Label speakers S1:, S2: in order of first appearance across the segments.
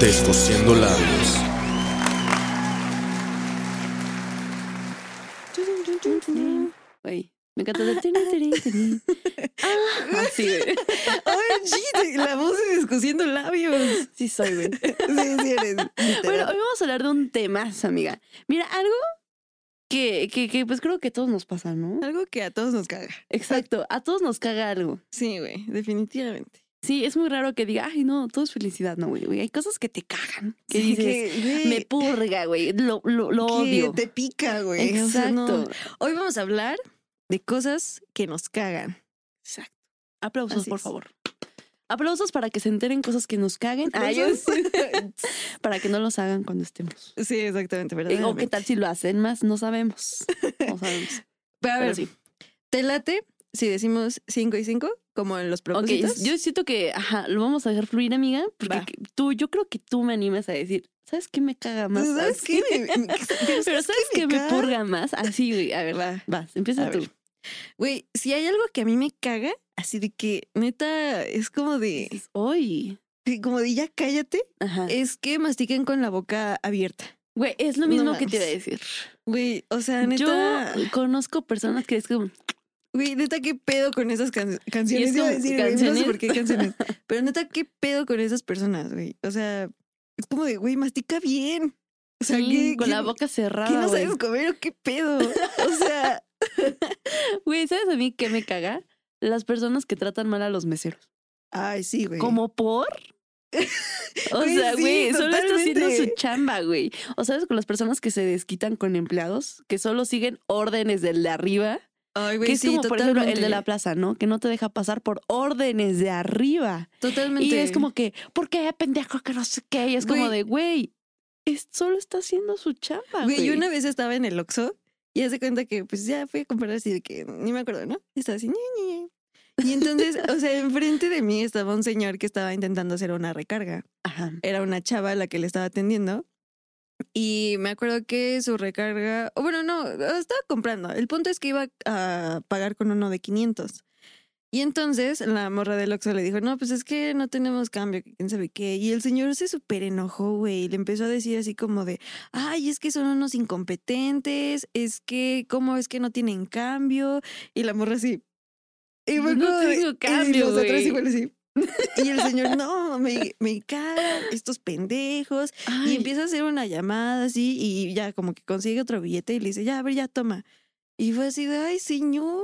S1: Descosiendo labios.
S2: Güey, me encanta. el tiri, tiri, tiri. Ah, así, güey.
S3: OMG, la voz de Descosiendo Labios.
S2: Sí soy, güey.
S3: Sí, sí eres.
S2: Bueno,
S3: literal.
S2: hoy vamos a hablar de un tema, amiga. Mira, algo que, que, que pues creo que a todos nos pasa, ¿no?
S3: algo que a todos nos caga.
S2: Exacto, a todos nos caga algo.
S3: Sí, güey, definitivamente.
S2: Sí, es muy raro que diga, ay, no, todo es felicidad, no, güey. güey, Hay cosas que te cagan. Que
S3: Sí,
S2: dices,
S3: que,
S2: me purga, güey. Lo, lo, lo odio.
S3: te pica, güey.
S2: Exacto.
S3: O sea, no. Hoy vamos a hablar de cosas que nos cagan.
S2: Exacto. Aplausos,
S3: Así
S2: por
S3: es.
S2: favor. Aplausos para que se enteren cosas que nos caguen. Ay, para que no los hagan cuando estemos.
S3: Sí, exactamente, ¿verdad?
S2: Eh, O qué tal si lo hacen más, no sabemos. No sabemos.
S3: Pero a
S2: Pero
S3: ver,
S2: sí.
S3: ¿te late si decimos 5 y 5? Como en los
S2: Ok,
S3: propósitos.
S2: yo siento que, ajá, lo vamos a dejar fluir, amiga, porque
S3: Va.
S2: que- tú, yo creo que tú me animas a decir, ¿sabes qué me caga más?
S3: Pues, ¿Sabes
S2: Así.
S3: qué? Me- me-
S2: Pero
S3: ¿sabes
S2: ¿sabes
S3: qué
S2: qué,
S3: me
S2: me
S3: caga?
S2: purga más? Así, güey, a ver,
S3: Va.
S2: vas, empieza
S3: A
S2: tú.
S3: ver. Güey, si hay algo que a mí me caga, así de que neta es como de,
S2: Dices, Hoy.
S3: que como de ya cállate,
S2: Ajá.
S3: es que mastiquen con la boca abierta.
S2: Güey, es lo
S3: Eh, no
S2: mismo que te iba a
S3: mames.
S2: decir.
S3: Güey, o sea, neta,
S2: Yo conozco personas que es como,
S3: güey, neta qué pedo con esas can- canciones.
S2: es
S3: Iba a
S2: como,
S3: decir, güey, No sé
S2: ¿canciones?
S3: por qué canciones. Pero neta qué pedo con esas personas, güey. O sea, es como de, güey, mastica bien. O sea,
S2: "Sí",
S3: ¿qué-
S2: con
S3: qué-
S2: la boca
S3: ¿qué
S2: cerrada,
S3: no
S2: güey.
S3: sabes comer o qué pedo? O sea,
S2: Güey, ¿sabes a mí qué me caga? Las personas que tratan mal a los meseros.
S3: ay, sí, güey.
S2: ¿Como por? O
S3: Güey,
S2: sea,
S3: sí,
S2: güey, solo está haciendo su
S3: totalmente.
S2: chamba, güey. O sabes, con las personas que se desquitan con empleados, que solo siguen órdenes del de arriba.
S3: Ay, güey,
S2: que es
S3: sí,
S2: como, por ejemplo, el de
S3: totalmente.
S2: la plaza, ¿no? Que no te deja pasar por órdenes de arriba.
S3: Totalmente.
S2: Y es como que, ¿por qué, pendejo, que no sé qué? Y es como
S3: Güey.
S2: de, güey, es, solo está haciendo su chamba,
S3: Güey,
S2: güey.
S3: yo una vez estaba en el Oxxo y hace cuenta que pues ya fui a comprar así de que ni me acuerdo, ¿no? Y Estaba así, ñe, ñe. Y entonces, o sea, enfrente de mí estaba un señor que estaba intentando hacer una recarga.
S2: Ajá.
S3: Era una chava la que le estaba atendiendo. Y me acuerdo que su recarga, o bueno, no, ah, estaba comprando. El punto es que iba a pagar con uno de 500. Y entonces la morra del Oxxo le dijo, no, pues es que no tenemos cambio, que quién sabe qué. Y el señor se súper enojó, güey. y Le empezó a decir así como de, ay, es que son unos incompetentes, es que, ¿cómo es que no tienen cambio? Y la morra así. Y fue
S2: No
S3: como de-
S2: tengo
S3: y
S2: cambio,
S3: nosotras
S2: güey.
S3: igual así. Y el señor, no, me, me cagan estos pendejos. Y
S2: Ay,
S3: empieza a hacer una llamada así y ya como que consigue otro billete y le dice, ya, a ver, ya toma. Y fue así de, ay, señor.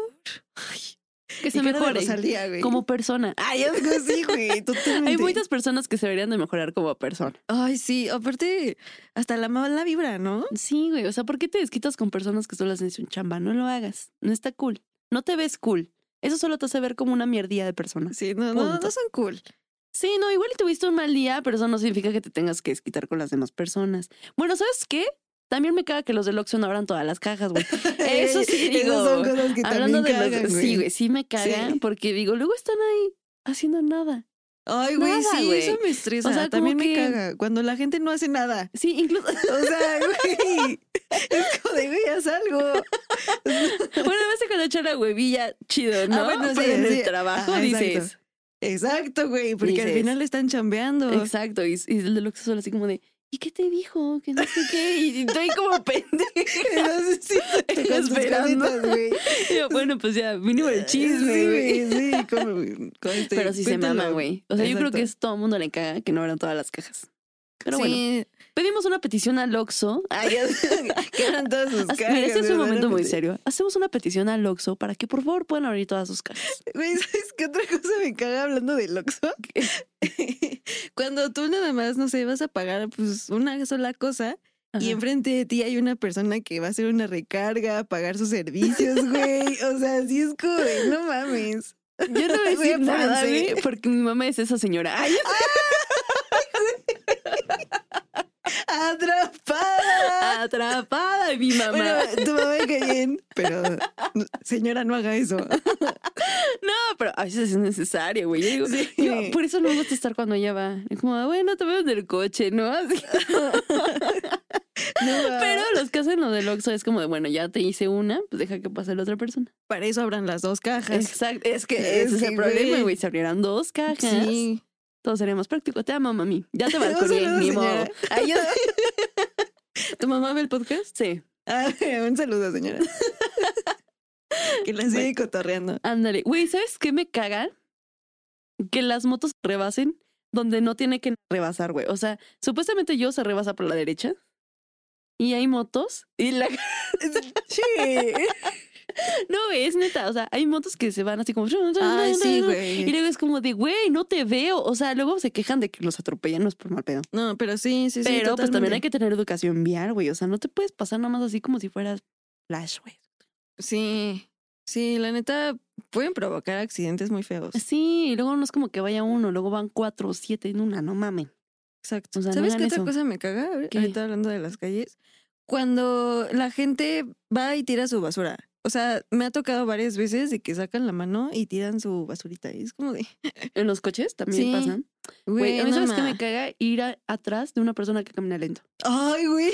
S3: Ay,
S2: que
S3: y
S2: se
S3: cara de
S2: mejore
S3: Rosalía, güey.
S2: como persona.
S3: Ay, es que sí, güey, totalmente.
S2: Hay muchas personas que se deberían de mejorar como persona.
S3: Ay, sí, aparte, hasta la mala vibra, ¿no?
S2: Sí, güey. O sea, ¿por qué te desquitas con personas que solo hacen su chamba? No lo hagas. No está cool. No te ves cool. Eso solo te hace ver como una mierdilla de personas.
S3: Sí, no, no, no
S2: Punto.
S3: son cool.
S2: Sí, no, igual y tuviste un mal día, pero eso no significa que te tengas que desquitar con las demás personas. Bueno, ¿sabes qué? También me caga que los del Oxxo no abran todas las cajas, güey. Eso sí
S3: Esas
S2: digo.
S3: son cosas que
S2: Hablando
S3: también
S2: de los...
S3: cagan,
S2: Sí, güey, sí me caga
S3: Sí.
S2: porque digo, luego están ahí haciendo nada.
S3: Ay, güey,
S2: Nada,
S3: sí,
S2: güey.
S3: eso me estresa.
S2: O sea, como
S3: también me
S2: que-
S3: caga cuando la gente no hace nada.
S2: Sí, incluso...
S3: O sea, güey, es como de, güey, haz algo.
S2: bueno, de vez en cuando echar la huevilla, chido, ¿no?
S3: Ah, bueno, sí,
S2: pero en
S3: sí.
S2: el trabajo
S3: Ajá, exacto.
S2: dices...
S3: Exacto, güey, porque al
S2: Dices-
S3: final están chambeando.
S2: Exacto, y, y el deluxe solo así como de, ¿y qué te dijo? Que no sé qué, y estoy como pendeja.
S3: Entonces, sí,
S2: Esperando.
S3: esperando. güey. Eh,
S2: Y yo, bueno, pues ya, mínimo el chisme,
S3: Sí,
S2: güey.
S3: güey, sí, este conste,
S2: Pero sí se
S3: cuéntenlo.
S2: mama, güey. O sea, yo creo
S3: Exacto.
S2: que es todo el mundo le caga que no abran todas las cajas. Pero bueno,
S3: Sí,
S2: pedimos una petición al Oxxo. Ay,
S3: que eran todas sus
S2: Haz-
S3: cajas.
S2: Mira, este es un
S3: de
S2: momento muy
S3: repente.
S2: serio. Hacemos una petición al Oxxo para que por favor puedan abrir todas sus cajas.
S3: Güey, ¿sabes qué otra cosa me caga hablando del Oxxo? Cuando tú nada más, no sé, vas a pagar pues una sola cosa y enfrente de ti hay una persona que va a hacer una recarga, a pagar sus servicios, güey. O sea, sí es como de, no mames.
S2: Yo no voy a decir
S3: Güey,
S2: nada,
S3: pónganse.
S2: güey, porque mi mamá es esa señora. Ay,
S3: ¡Atrapada!
S2: atrapada mi mamá.
S3: Ah. Bueno, tu mamá me cae bien, pero no, señora, no haga eso.
S2: no, pero a veces es necesario, güey. Yo digo,
S3: Sí.
S2: yo- por eso no me gusta estar cuando ella va. Es como, "Ah, bueno, te veo en el coche, ¿no? Así. Pero los que hacen lo del Oxxo es como de, bueno, ya te hice una, pues deja que pase la otra persona.
S3: para eso abran las dos cajas.
S2: Exacto. Es que
S3: Es
S2: ese es el
S3: que,
S2: problema,
S3: güey.
S2: güey. Se abrirán dos cajas.
S3: Sí.
S2: Todo sería más práctico. Te amo, mami. Ya te vas
S3: Un
S2: con
S3: saludo,
S2: bien, ni modo.
S3: señora.
S2: Ay, yo- ¿Tu mamá ve el podcast? Sí.
S3: Ah, un saludo, señora. que la sigue cotorreando.
S2: Ándale. Güey, ¿sabes qué me caga? Que las motos rebasen donde no tiene que rebasar, güey. O sea, supuestamente yo se rebasa por la derecha. Y hay motos. Y la.
S3: Sí.
S2: No, güey, es neta. O sea, hay motos que se van así como.
S3: Ay, sí,
S2: Y
S3: güey.
S2: luego es como de, güey, no te veo. O sea, luego se quejan de que los atropellan, no es por mal pedo.
S3: No, pero sí, sí, sí.
S2: Pero pues también
S3: totalmente.
S2: hay que tener educación vial, güey. O sea, no te puedes pasar nada más así como si fueras flash, güey.
S3: Sí. Sí, la neta, pueden provocar accidentes muy feos.
S2: Pues Sí, y luego no es como que vaya uno, luego van cuatro, siete en una, no mamen.
S3: Exacto.
S2: O sea, no
S3: ¿Sabes
S2: hagan
S3: qué otra
S2: eso.
S3: cosa me caga? Ahor-
S2: ¿Qué?
S3: Ahorita hablando de las calles. Cuando la gente va y tira su basura. O sea, me ha tocado varias veces de que sacan la mano y tiran su basurita. Y es como de.
S2: En los coches también
S3: Sí.
S2: pasan. Güey, a mí
S3: no
S2: sabes que
S3: ma.
S2: me caga ir a- atrás de una persona que camina lento.
S3: Ay, güey.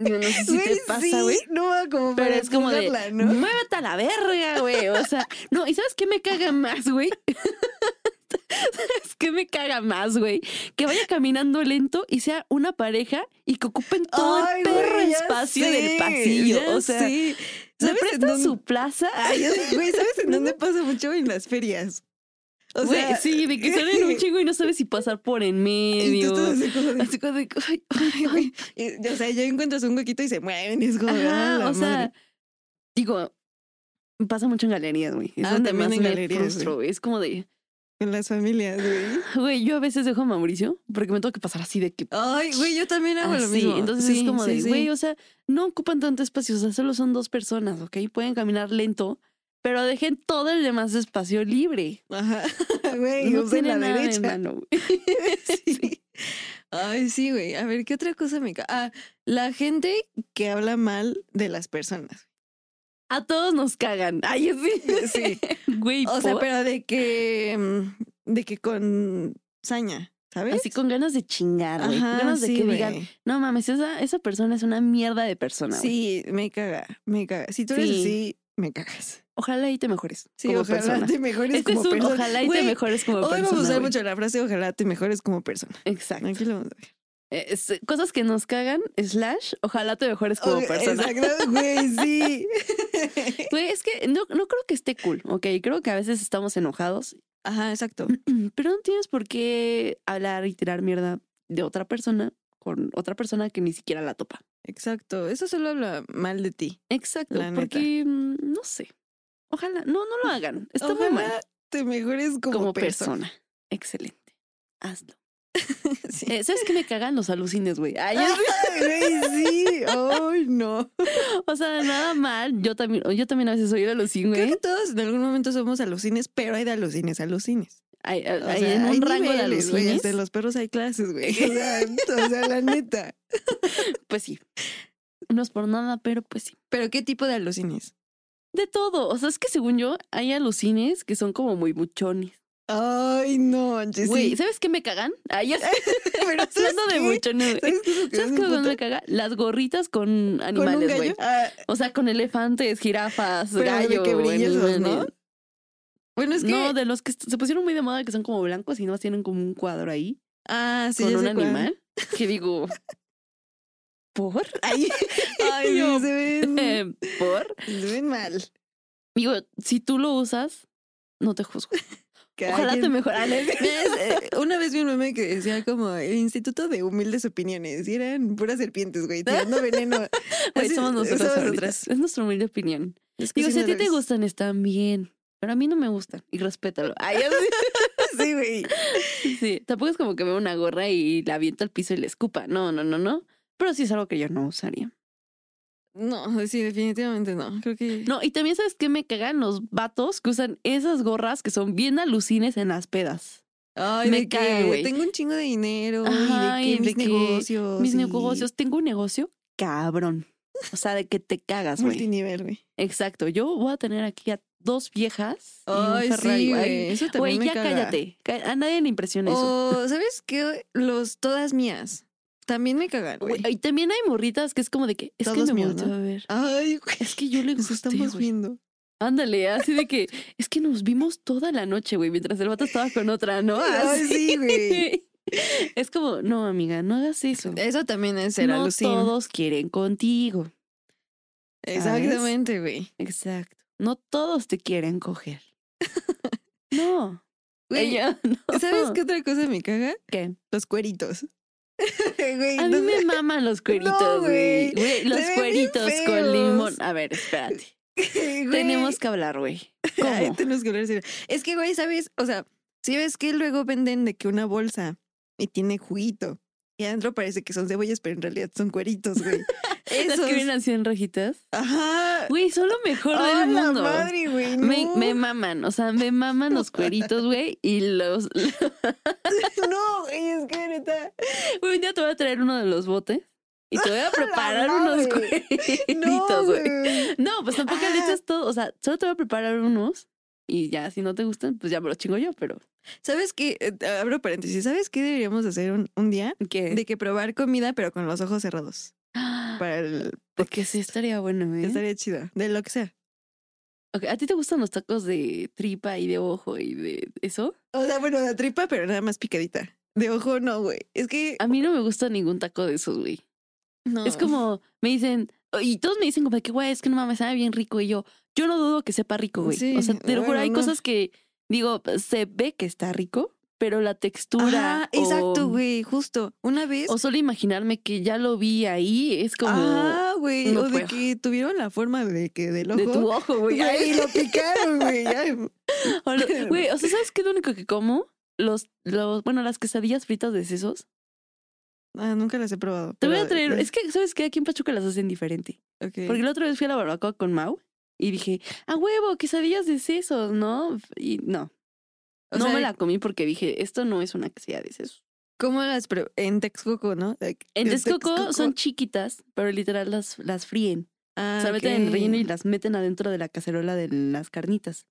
S2: Yo no sé si
S3: Güey,
S2: te pasa,
S3: sí,
S2: güey.
S3: No, ma, como
S2: Pero
S3: para
S2: es como de,
S3: empujarla, ¿no?
S2: muévete a la verga, güey. O sea, no, ¿y sabes qué me caga más, güey? ¿Sabes qué me caga más, güey? Que vaya caminando lento y sea una pareja y que ocupen todo
S3: Ay,
S2: el perro
S3: güey, ya
S2: espacio
S3: sé,
S2: del pasillo.
S3: ya
S2: O sea,
S3: sé.
S2: ¿se
S3: ¿Sabes en
S2: presta
S3: dónde-
S2: su plaza?
S3: Ay, ya sé, güey, ¿sabes en dónde pasa mucho? En las ferias. O
S2: Güey,
S3: sea,
S2: sí, de que salen un chingo y no sabes si pasar por en
S3: y
S2: medio.
S3: tú estás así como de-
S2: Así como de, ay,
S3: ay, güey. Y, O sea, ya encuentras un huequito y se mueven. y es como,
S2: Ajá,
S3: ah, la
S2: o sea,
S3: madre.
S2: digo, pasa mucho en galerías, güey. Es
S3: Ah,
S2: donde
S3: también
S2: más
S3: en
S2: me
S3: galerías,
S2: frustro,
S3: güey.
S2: güey. Es como de,
S3: en las familias, güey.
S2: güey, yo a veces dejo a Mauricio porque me tengo que pasar así de que.
S3: Ay, güey, yo también hago Ah, lo
S2: así.
S3: mismo.
S2: Entonces
S3: Sí,
S2: es como
S3: sí,
S2: de,
S3: sí.
S2: güey, o sea, no ocupan tanto espacio, o sea, solo son dos personas, ¿ok? Pueden caminar lento, pero dejen todo el demás espacio libre.
S3: Ajá, güey,
S2: no
S3: usa
S2: tiene
S3: la
S2: nada de
S3: derecha.
S2: malo, güey.
S3: Sí. Ay, sí, güey. A ver, ¿qué otra cosa me cae? Ah, la gente que habla mal de las personas.
S2: A todos nos cagan. Ay, sí.
S3: Sí.
S2: Güey,
S3: O sea,
S2: ¿por?
S3: pero de que. mm, de que con saña, ¿sabes?
S2: así con ganas de chingar, güey.
S3: Ajá,
S2: Ganas de
S3: sí,
S2: que
S3: güey.
S2: digan, no mames, esa, esa persona es una mierda de persona. güey".
S3: Sí, me caga, me caga. Si tú eres
S2: Sí.
S3: así, me cagas.
S2: Ojalá y te mejores.
S3: Sí,
S2: como
S3: ojalá
S2: persona.
S3: te mejores
S2: Este
S3: como
S2: es un
S3: persona.
S2: ojalá y
S3: Güey,
S2: te mejores como
S3: Hoy
S2: persona.
S3: vamos a usar
S2: güey.
S3: mucho la frase ojalá te mejores como persona.
S2: Exacto. Eh,
S3: Aquí lo vamos a ver.
S2: Es- cosas que nos cagan, slash, ojalá te mejores como
S3: Ok,
S2: persona.
S3: Exacto, güey, sí.
S2: Güey, es que no, no creo que esté cool, ¿ok? Creo que a veces estamos enojados,
S3: Ajá, exacto.
S2: pero no tienes por qué hablar y tirar mierda de otra persona con otra persona que ni siquiera la topa.
S3: Exacto. Eso solo habla mal de ti.
S2: Exacto,
S3: La neta.
S2: porque mm, no sé. Ojalá, no, no lo hagan. Está
S3: Ojalá
S2: muy mal
S3: Te mejores como,
S2: como
S3: persona.
S2: persona. Excelente. Hazlo.
S3: Sí.
S2: Eh, ¿Sabes qué me cagan los alucines, güey? Ay, es-
S3: Ay, güey, sí. Ay, no.
S2: O sea, nada mal. Yo también, oh, yo también a veces soy el alucín,
S3: Creo
S2: güey.
S3: que todos en algún momento somos alucines, pero hay de alucines a alucines.
S2: Hay,
S3: O
S2: hay
S3: sea,
S2: en un
S3: hay
S2: rango de
S3: niveles, güey,
S2: alucines.
S3: hasta en los perros hay clases, güey. O sea, o sea, la neta.
S2: Pues sí. No es por nada, pero pues sí.
S3: Pero ¿qué tipo de alucines?
S2: De todo. O sea, es que según yo, hay alucines que son como muy buchones.
S3: Ay, no, Jessy.
S2: Güey, ¿sabes qué me cagan? Ay, ya sé.
S3: pero
S2: Hablando
S3: qué?
S2: de buchones. güey.
S3: ¿Sabes qué es lo que
S2: ¿Sabes
S3: más
S2: qué
S3: me
S2: más me
S3: puta?
S2: caga? Las gorritas con
S3: Con un
S2: animales,
S3: gallo.
S2: güey.
S3: Ah,
S2: O sea, con elefantes, jirafas,
S3: pero de
S2: gallos.
S3: que brillosos, ¿no?
S2: Bueno,
S3: es que-
S2: No, de los que est- se pusieron muy de moda que son como blancos y nomás tienen como un cuadro ahí.
S3: Ah, sí,
S2: con
S3: ya
S2: un
S3: sé cuál.
S2: animal que digo por
S3: Ay,
S2: Ay,
S3: sí,
S2: yo.
S3: se ven,
S2: Eh, por
S3: se ven mal.
S2: digo si tú lo usas No te juzgo.
S3: Que
S2: Ojalá
S3: alguien-
S2: te mejorales.
S3: ¿Ves? Eh, Una vez vi un meme que decía como el Instituto de Humildes Opiniones y eran puras serpientes, güey, tirando veneno.
S2: Güey,
S3: Así-
S2: somos nosotros.
S3: somos
S2: ahorita.
S3: nosotras.
S2: Es nuestra humilde opinión.
S3: Es que
S2: Digo,
S3: sí
S2: si a
S3: me
S2: ti te
S3: res-
S2: gustan, están bien. Pero a mí no me gustan. Y respétalo. Ay, ya
S3: Sí, güey.
S2: sí, sí. Tampoco es como que veo una gorra y la aviento al piso y le escupa. No, no, no, no. Pero sí es algo que yo no usaría.
S3: No, sí, definitivamente no. Creo que.
S2: No, y también sabes qué me cagan los vatos que usan esas gorras que son bien alucines en las pedas.
S3: Ay,
S2: me
S3: de que
S2: caga, güey.
S3: Tengo un chingo de dinero
S2: Ajá,
S3: y de
S2: y
S3: que mis
S2: de que
S3: negocios.
S2: Mis
S3: y
S2: negocios, tengo un negocio cabrón. O sea, de que te cagas, güey.
S3: Multinivel, güey.
S2: Exacto. Yo voy a tener aquí a dos viejas y un
S3: Ay,
S2: Ferrari,
S3: sí,
S2: güey.
S3: güey. Eso también
S2: Güey,
S3: me
S2: ya
S3: caga. Oh,
S2: cállate. Ca- A nadie le impresiona eso.
S3: O, ¿sabes qué? Los todas mías. También me cagan, güey.
S2: Güey, Y también hay morritas que es como de que es
S3: Todos
S2: que me
S3: míos,
S2: volteó
S3: ¿no?
S2: a ver.
S3: Ay, güey.
S2: Es que yo le
S3: Nos
S2: gusté,
S3: estamos
S2: güey.
S3: viendo.
S2: Ándale, así de que es que nos vimos toda la noche, güey, mientras el vato estaba con otra, ¿no?
S3: Ay, sí, güey.
S2: Es como, no, amiga, no hagas eso.
S3: Eso también es ser
S2: No
S3: alucin.
S2: todos quieren contigo.
S3: Exactamente, güey.
S2: Exacto. No todos te quieren coger. No.
S3: Güey,
S2: Ella, no.
S3: ¿Sabes qué otra cosa me caga?
S2: ¿Qué?
S3: Los cueritos. Güey,
S2: A mí
S3: no
S2: me
S3: sé.
S2: maman los cueritos,
S3: No, güey.
S2: güey. Güey, los
S3: Se ven bien
S2: cueritos con
S3: feos.
S2: limón. A ver, espérate.
S3: Güey.
S2: Tenemos que hablar, güey.
S3: Ay,
S2: ¿Cómo?
S3: tenemos que hablar serio. Es que, güey, ¿sabes? O sea, si ves que luego venden de que una bolsa y tiene juguito. Y adentro parece que son cebollas, pero en realidad son cueritos, güey.
S2: Las
S3: Esos.
S2: que vienen así en rojitas.
S3: Ajá.
S2: Güey, son lo mejor
S3: ¡Ah,
S2: del
S3: la
S2: mundo.
S3: madre, güey!
S2: Me,
S3: no.
S2: me maman, o sea, me maman los cueritos, güey, y los...
S3: No, güey, es que neta.
S2: Güey, un día te voy a traer uno de los botes y te voy a preparar unos
S3: madre!
S2: cueritos,
S3: No,
S2: güey.
S3: güey.
S2: No, pues tampoco le
S3: Ah.
S2: echas todo, o sea, solo te voy a preparar unos y ya, si no te gustan, pues ya me los chingo yo, pero...
S3: ¿Sabes qué? Eh, Abro paréntesis. ¿Sabes qué deberíamos hacer un, un día?
S2: ¿Qué?
S3: De que probar comida, pero con los ojos cerrados. Para el.
S2: Porque sí estaría bueno, ¿eh?
S3: Estaría chido. De lo que sea.
S2: Ok, ¿A ti te gustan los tacos de tripa y de ojo y de eso?
S3: O sea, bueno, la tripa, pero nada más picadita. De ojo, no, güey. Es que.
S2: A mí no me gusta ningún taco de esos, güey.
S3: No.
S2: Es como, me dicen, y todos me dicen como de que, güey, es que no mames, sabe bien rico. Y yo, yo no dudo que sepa rico, güey.
S3: Sí,
S2: o sea, te lo juro,
S3: bueno,
S2: hay
S3: no.
S2: cosas que, digo, se ve que está rico, pero la textura.
S3: Ajá,
S2: o-
S3: exacto, güey. Justo. Una vez.
S2: O solo imaginarme que ya lo vi ahí, es como
S3: ah, güey.
S2: no
S3: o de
S2: puedo.
S3: que tuvieron la forma de que del ojo.
S2: de tu ojo, güey.
S3: Güey,
S2: Ay,
S3: lo picaron, güey. Ay,
S2: o lo- Güey, o sea, ¿sabes qué es lo único que como? Los, los, bueno, las quesadillas fritas de sesos.
S3: Ah, nunca las he probado.
S2: Te voy
S3: pero- eh,
S2: a traer, es que, ¿sabes qué? Aquí en Pachuca las hacen diferente.
S3: Ok.
S2: Porque la otra vez fui a la barbacoa con Mau y dije, a huevo, quesadillas de sesos, ¿no? Y no.
S3: O
S2: no
S3: sea,
S2: me la comí porque dije, esto no es una quesadilla de sesos.
S3: ¿Cómo las pre- en Texcoco, no? Like,
S2: En Texcoco son chiquitas, pero literal las, las fríen.
S3: Ah,
S2: o sea, meten
S3: ok.
S2: en relleno y las meten adentro de la cacerola de las carnitas.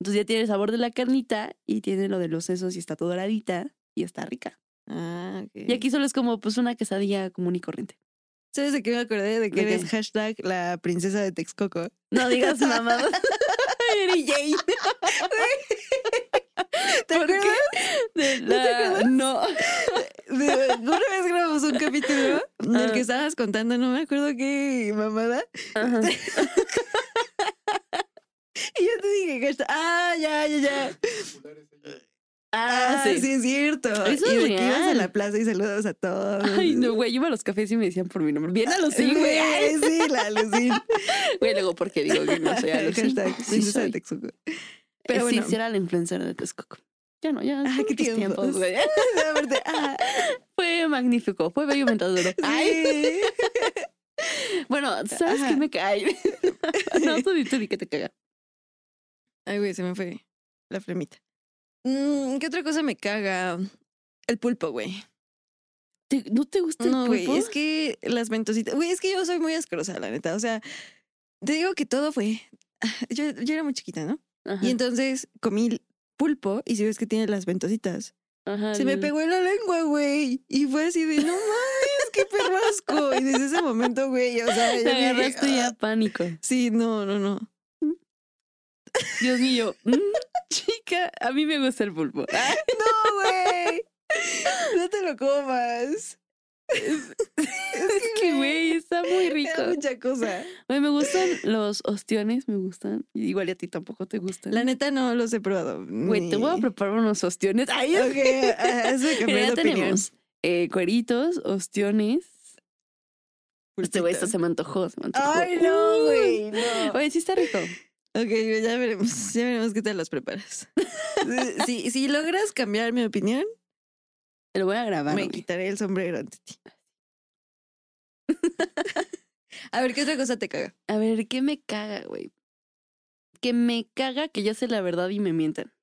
S2: Entonces ya tiene el sabor de la carnita y tiene lo de los sesos y está todo doradita y está rica.
S3: Ah, ok.
S2: Y aquí solo es como pues una quesadilla común y corriente.
S3: ¿Sabes de qué me acordé? De que
S2: ¿De qué?
S3: eres hashtag la princesa de Texcoco.
S2: No digas mamá. Mary Jane.
S3: ¿Te
S2: ¿Por qué?
S3: acuerdas?
S2: De
S3: ¿No te
S2: la-
S3: acuerdas?
S2: No.
S3: De- una vez grabamos un capítulo del
S2: Ah.
S3: que estabas contando, no me acuerdo qué mamada.
S2: Ajá.
S3: Y yo te dije, hashtag, ah, ya, ya, ya.
S2: Ah,
S3: Ah,
S2: sí.
S3: sí. es cierto.
S2: Eso
S3: y
S2: es
S3: de que ibas a
S2: real.
S3: la plaza y saludas a todos.
S2: Ay, no, güey, yo iba a los cafés y me decían por mi nombre. Bien
S3: Sí,
S2: alucín, güey. Ay,
S3: güey, sí, la alucin.
S2: Güey, luego porque digo que no soy alucín.
S3: Hashtag
S2: Sí,
S3: princesa de
S2: soy.
S3: Texcoco.
S2: Pero
S3: Pero
S2: sí,
S3: bueno.
S2: sí era la influencer de Texcoco. Ya no, ya.
S3: Ah,
S2: son
S3: qué
S2: otros
S3: tiempos.
S2: güey.
S3: Aparte, ah,
S2: Fue magnífico, fue bello mientras duró. Ay,
S3: sí.
S2: bueno, ¿sabes qué
S3: Ajá.
S2: me cae? no, tú di, tú di que te caga.
S3: Ay, güey, se me fue la flemita. Mm, ¿Qué otra cosa me caga? El pulpo, güey.
S2: ¿Te- ¿No te gusta
S3: No,
S2: el
S3: güey,
S2: pulpo?
S3: es que las ventositas. Güey, es que yo soy muy asquerosa, la neta. O sea, te digo que todo fue. ah, Yo, yo era muy chiquita, ¿no?
S2: Ajá,
S3: Y entonces comí pulpo y si ves que tiene las ventositas.
S2: ajá,
S3: Se me
S2: el-
S3: pegó en la lengua, güey. Y fue así de, no mames, qué perro asco. Y desde ese momento, güey, o sea, yo
S2: Te
S3: dije,
S2: agarraste
S3: ah.
S2: ya pánico.
S3: Sí, no, no, no.
S2: Dios mío. Mm, chica, a mí me gusta el pulpo.
S3: No, güey. No te lo comas.
S2: Es que, güey, está muy
S3: Me
S2: rico.
S3: da mucha cosa.
S2: Güey, me gustan los ostiones, me gustan. Y Igual y a ti tampoco te gustan.
S3: La neta no los he probado.
S2: Güey, te voy a preparar unos ostiones. Ay,
S3: Ok, ah, eso cambió
S2: Mira,
S3: de opinión.
S2: ya tenemos eh, cueritos, ostiones. Este güey,
S3: Pulpito.
S2: esta se me antojó, se me antojó. Uh.
S3: Ay, no, güey.
S2: Uy.
S3: No.
S2: Oye, sí está rico.
S3: Ok, ya veremos. Ya veremos qué te los preparas. si, si logras cambiar mi opinión,
S2: Lo voy a grabar.
S3: me
S2: güey.
S3: quitaré el sombrero ante ti. a ver, ¿qué otra cosa te caga?
S2: A ver, ¿qué me caga, güey? Que me caga que yo sé la verdad y me mientan.